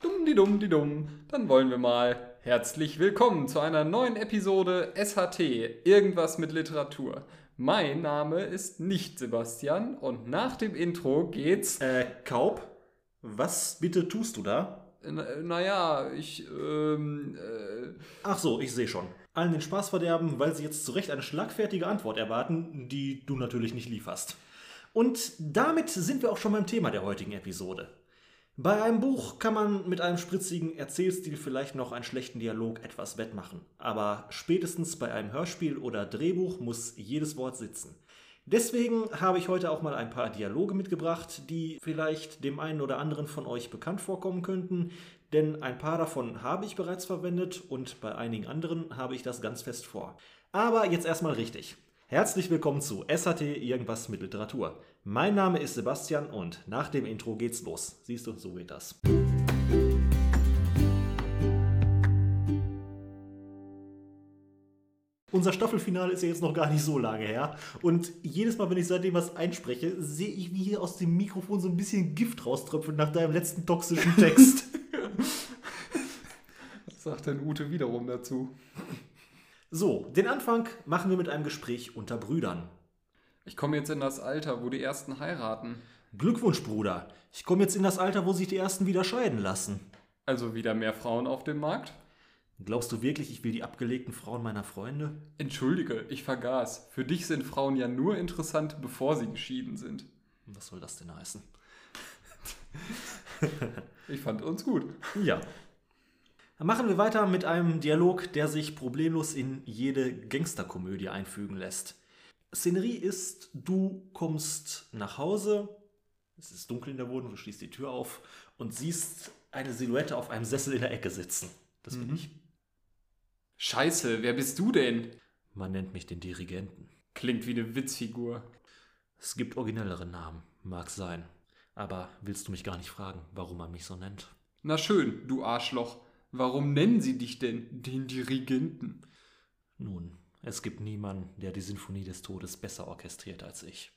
Dumm, die dumm, die dumm. Dann wollen wir mal herzlich willkommen zu einer neuen Episode SHT, irgendwas mit Literatur. Mein Name ist nicht Sebastian und nach dem Intro geht's. Äh, Kaub, was bitte tust du da? Naja, ich, ähm, äh, Ach so, ich sehe schon. Allen den Spaß verderben, weil sie jetzt zu Recht eine schlagfertige Antwort erwarten, die du natürlich nicht lieferst. Und damit sind wir auch schon beim Thema der heutigen Episode. Bei einem Buch kann man mit einem spritzigen Erzählstil vielleicht noch einen schlechten Dialog etwas wettmachen, aber spätestens bei einem Hörspiel oder Drehbuch muss jedes Wort sitzen. Deswegen habe ich heute auch mal ein paar Dialoge mitgebracht, die vielleicht dem einen oder anderen von euch bekannt vorkommen könnten, denn ein paar davon habe ich bereits verwendet und bei einigen anderen habe ich das ganz fest vor. Aber jetzt erstmal richtig. Herzlich willkommen zu SAT Irgendwas mit Literatur. Mein Name ist Sebastian und nach dem Intro geht's los. Siehst du, so geht das. Unser Staffelfinale ist ja jetzt noch gar nicht so lange her. Und jedes Mal, wenn ich seitdem was einspreche, sehe ich, wie hier aus dem Mikrofon so ein bisschen Gift rauströpfelt nach deinem letzten toxischen Text. was sagt denn Ute wiederum dazu? so, den Anfang machen wir mit einem Gespräch unter Brüdern. Ich komme jetzt in das Alter, wo die ersten heiraten. Glückwunsch, Bruder. Ich komme jetzt in das Alter, wo sich die ersten wieder scheiden lassen. Also wieder mehr Frauen auf dem Markt? Glaubst du wirklich, ich will die abgelegten Frauen meiner Freunde? Entschuldige, ich vergaß. Für dich sind Frauen ja nur interessant, bevor sie geschieden sind. Was soll das denn heißen? ich fand uns gut. Ja. Dann machen wir weiter mit einem Dialog, der sich problemlos in jede Gangsterkomödie einfügen lässt. Szenerie ist, du kommst nach Hause, es ist dunkel in der Wohnung, du schließt die Tür auf und siehst eine Silhouette auf einem Sessel in der Ecke sitzen. Das bin Mhm. ich. Scheiße, wer bist du denn? Man nennt mich den Dirigenten. Klingt wie eine Witzfigur. Es gibt originellere Namen, mag sein. Aber willst du mich gar nicht fragen, warum man mich so nennt? Na schön, du Arschloch. Warum nennen sie dich denn den Dirigenten? Nun, es gibt niemanden, der die Sinfonie des Todes besser orchestriert als ich.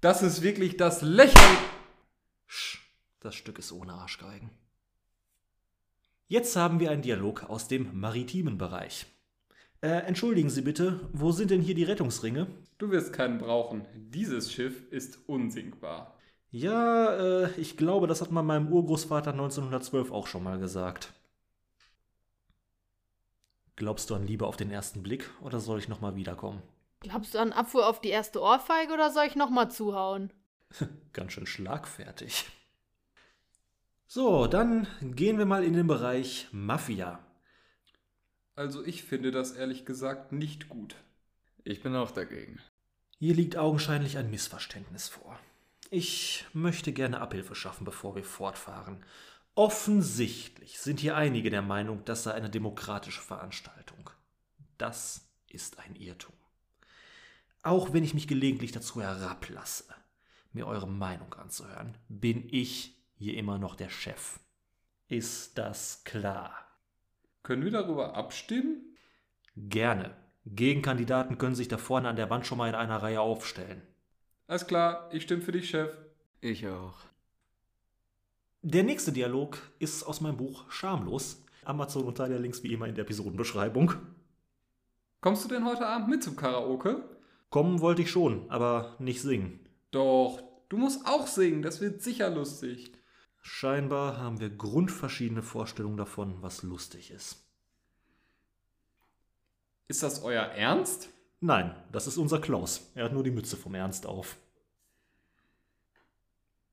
Das ist wirklich das Lächeln. Sch, das Stück ist ohne Arschgeigen. Jetzt haben wir einen Dialog aus dem maritimen Bereich. Äh, entschuldigen Sie bitte, wo sind denn hier die Rettungsringe? Du wirst keinen brauchen. Dieses Schiff ist unsinkbar. Ja, äh, ich glaube, das hat man meinem Urgroßvater 1912 auch schon mal gesagt. Glaubst du an Liebe auf den ersten Blick oder soll ich nochmal wiederkommen? Glaubst du an Abfuhr auf die erste Ohrfeige oder soll ich nochmal zuhauen? Ganz schön schlagfertig. So, dann gehen wir mal in den Bereich Mafia. Also ich finde das ehrlich gesagt nicht gut. Ich bin auch dagegen. Hier liegt augenscheinlich ein Missverständnis vor. Ich möchte gerne Abhilfe schaffen, bevor wir fortfahren. Offensichtlich sind hier einige der Meinung, das sei eine demokratische Veranstaltung. Das ist ein Irrtum. Auch wenn ich mich gelegentlich dazu herablasse, mir eure Meinung anzuhören, bin ich hier immer noch der Chef. Ist das klar? Können wir darüber abstimmen? Gerne. Gegenkandidaten können sich da vorne an der Wand schon mal in einer Reihe aufstellen. Alles klar, ich stimme für dich, Chef. Ich auch. Der nächste Dialog ist aus meinem Buch Schamlos. Amazon und Teil der Links wie immer in der Episodenbeschreibung. Kommst du denn heute Abend mit zum Karaoke? Kommen wollte ich schon, aber nicht singen. Doch, du musst auch singen, das wird sicher lustig. Scheinbar haben wir grundverschiedene Vorstellungen davon, was lustig ist. Ist das euer Ernst? Nein, das ist unser Klaus. Er hat nur die Mütze vom Ernst auf.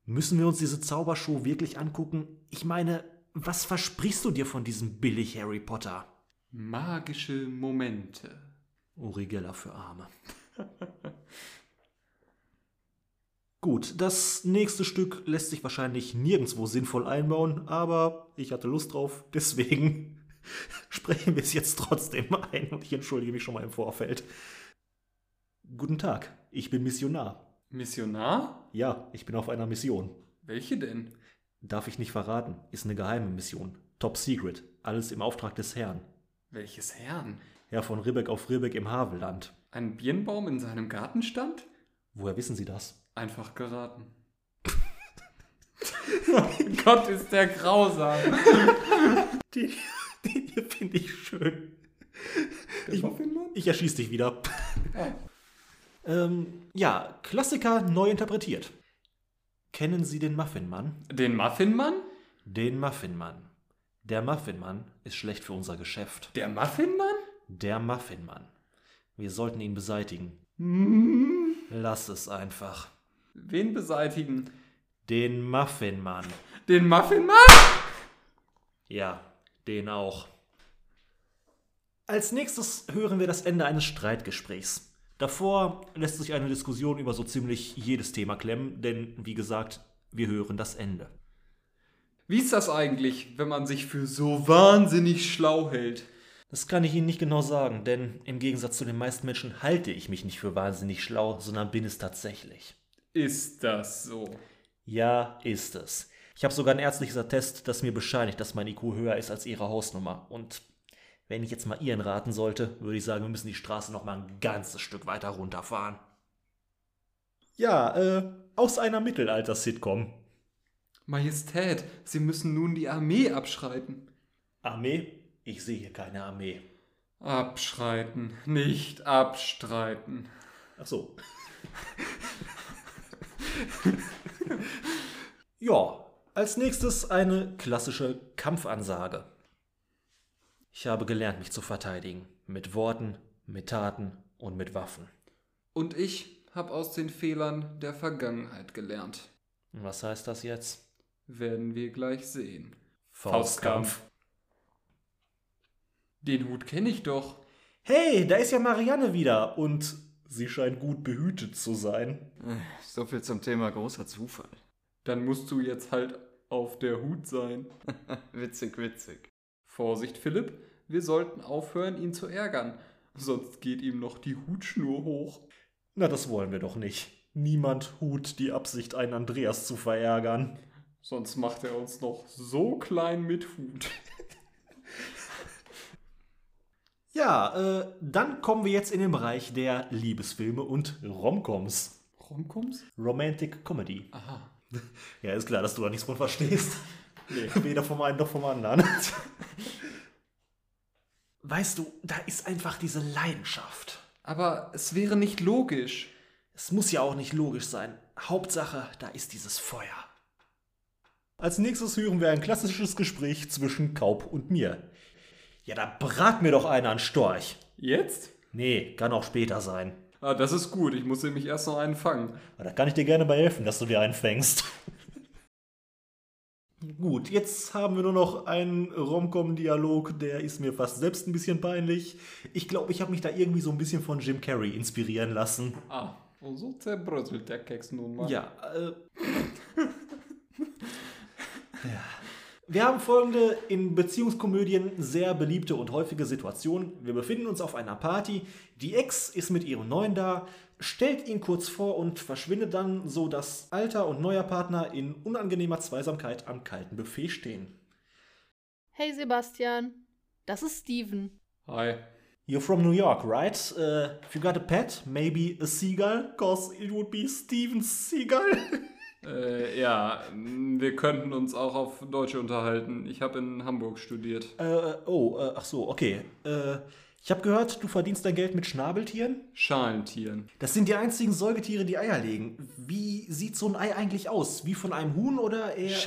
Müssen wir uns diese Zaubershow wirklich angucken? Ich meine, was versprichst du dir von diesem billig Harry Potter? Magische Momente. Uri Geller für Arme. Gut, das nächste Stück lässt sich wahrscheinlich nirgendwo sinnvoll einbauen, aber ich hatte Lust drauf, deswegen sprechen wir es jetzt trotzdem ein und ich entschuldige mich schon mal im Vorfeld. Guten Tag, ich bin Missionar. Missionar? Ja, ich bin auf einer Mission. Welche denn? Darf ich nicht verraten, ist eine geheime Mission. Top Secret, alles im Auftrag des Herrn. Welches Herrn? Herr von Ribbeck auf Ribbeck im Havelland. Ein Birnbaum in seinem Garten stand? Woher wissen Sie das? Einfach geraten. Gott ist der grausam. Den, den hier finde ich schön. Ich, Muffinmann? ich erschieß dich wieder. ähm, ja, Klassiker neu interpretiert. Kennen Sie den Muffinmann? Den Muffinmann? Den Muffinmann. Der Muffinmann ist schlecht für unser Geschäft. Der Muffinmann? Der Muffinmann. Wir sollten ihn beseitigen. Hm, Lass es einfach. wen beseitigen? Den Muffinmann. Den Muffinmann? Ja, den auch. Als nächstes hören wir das Ende eines Streitgesprächs. Davor lässt sich eine Diskussion über so ziemlich jedes Thema klemmen, denn wie gesagt, wir hören das Ende. Wie ist das eigentlich, wenn man sich für so wahnsinnig schlau hält? Das kann ich Ihnen nicht genau sagen, denn im Gegensatz zu den meisten Menschen halte ich mich nicht für wahnsinnig schlau, sondern bin es tatsächlich. Ist das so? Ja, ist es. Ich habe sogar ein ärztliches Attest, das mir bescheinigt, dass mein IQ höher ist als Ihre Hausnummer. Und wenn ich jetzt mal Ihren raten sollte, würde ich sagen, wir müssen die Straße noch mal ein ganzes Stück weiter runterfahren. Ja, äh, aus einer Mittelalter-Sitcom. Majestät, Sie müssen nun die Armee abschreiten. Armee? Ich sehe hier keine Armee. Abschreiten, nicht abstreiten. Ach so. ja, als nächstes eine klassische Kampfansage. Ich habe gelernt, mich zu verteidigen. Mit Worten, mit Taten und mit Waffen. Und ich habe aus den Fehlern der Vergangenheit gelernt. Und was heißt das jetzt? Werden wir gleich sehen. Faustkampf. Den Hut kenne ich doch. Hey, da ist ja Marianne wieder und sie scheint gut behütet zu sein. Äh, So viel zum Thema großer Zufall. Dann musst du jetzt halt auf der Hut sein. Witzig, witzig. Vorsicht, Philipp, wir sollten aufhören, ihn zu ärgern. Sonst geht ihm noch die Hutschnur hoch. Na, das wollen wir doch nicht. Niemand hut die Absicht, einen Andreas zu verärgern. Sonst macht er uns noch so klein mit Hut. Ja, äh, dann kommen wir jetzt in den Bereich der Liebesfilme und Romcoms. Romcoms? Romantic Comedy. Aha. Ja, ist klar, dass du da nichts von verstehst. Weder vom einen noch vom anderen. weißt du, da ist einfach diese Leidenschaft. Aber es wäre nicht logisch. Es muss ja auch nicht logisch sein. Hauptsache, da ist dieses Feuer. Als nächstes hören wir ein klassisches Gespräch zwischen Kaub und mir. Ja, da brat mir doch einer einen Storch. Jetzt? Nee, kann auch später sein. Ah, das ist gut. Ich muss nämlich erst noch einen fangen. Aber Ah, Da kann ich dir gerne bei helfen, dass du dir einen fängst. Gut, jetzt haben wir nur noch einen Romcom-Dialog, der ist mir fast selbst ein bisschen peinlich. Ich glaube, ich habe mich da irgendwie so ein bisschen von Jim Carrey inspirieren lassen. Ah, und so zerbröselt der Keks nun mal. Ja, äh. ja. Wir haben folgende in Beziehungskomödien sehr beliebte und häufige Situation. Wir befinden uns auf einer Party. Die Ex ist mit ihrem Neuen da, stellt ihn kurz vor und verschwindet dann, so dass alter und neuer Partner in unangenehmer Zweisamkeit am kalten Buffet stehen. Hey Sebastian, das ist Steven. Hi. You're from New York, right? Uh, if you got a pet, maybe a seagull, cause it would be Steven Seagull. Äh, ja, m, wir könnten uns auch auf Deutsch unterhalten. Ich habe in Hamburg studiert. Äh, oh, äh, ach so, okay. Äh, ich habe gehört, du verdienst dein Geld mit Schnabeltieren. Schalentieren. Das sind die einzigen Säugetiere, die Eier legen. Wie sieht so ein Ei eigentlich aus? Wie von einem Huhn oder eher.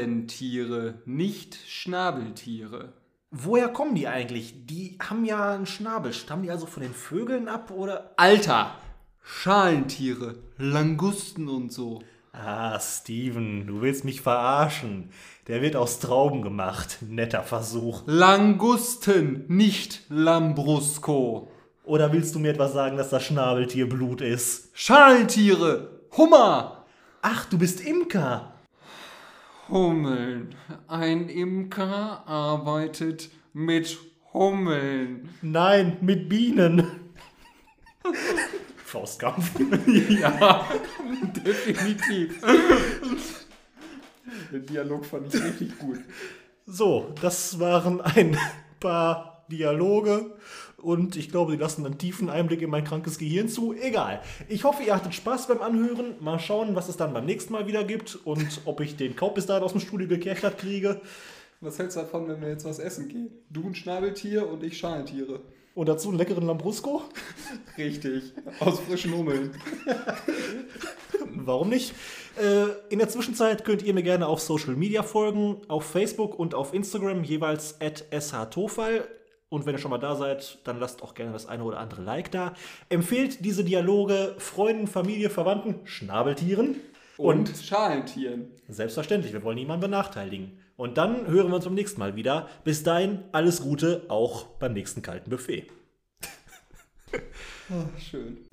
Schalentiere, nicht Schnabeltiere. Woher kommen die eigentlich? Die haben ja einen Schnabel. Stammen die also von den Vögeln ab oder. Alter! Schalentiere, Langusten und so. Ah, Steven, du willst mich verarschen. Der wird aus Trauben gemacht. Netter Versuch. Langusten, nicht Lambrusco. Oder willst du mir etwas sagen, dass das Schnabeltier Blut ist? Schalentiere, Hummer. Ach, du bist Imker. Hummeln. Ein Imker arbeitet mit Hummeln. Nein, mit Bienen. Faustkampf. Ja, definitiv. Den Dialog fand ich richtig gut. So, das waren ein paar Dialoge und ich glaube, die lassen einen tiefen Einblick in mein krankes Gehirn zu. Egal. Ich hoffe, ihr hattet Spaß beim Anhören. Mal schauen, was es dann beim nächsten Mal wieder gibt und ob ich den Kaub bis dahin aus dem Studio gekerchert kriege. Was hältst du davon, wenn wir jetzt was essen gehen? Du ein Schnabeltier und ich Schalentiere. Und dazu einen leckeren Lambrusco. Richtig. Aus frischen Hummeln. Warum nicht? Äh, in der Zwischenzeit könnt ihr mir gerne auf Social Media folgen, auf Facebook und auf Instagram jeweils at shtofal. Und wenn ihr schon mal da seid, dann lasst auch gerne das eine oder andere Like da. Empfehlt diese Dialoge Freunden, Familie, Verwandten, Schnabeltieren. Und, Schalentieren. Selbstverständlich, wir wollen niemanden benachteiligen. Und dann hören wir uns beim nächsten Mal wieder. Bis dahin, alles Gute, auch beim nächsten kalten Buffet. Ah, schön.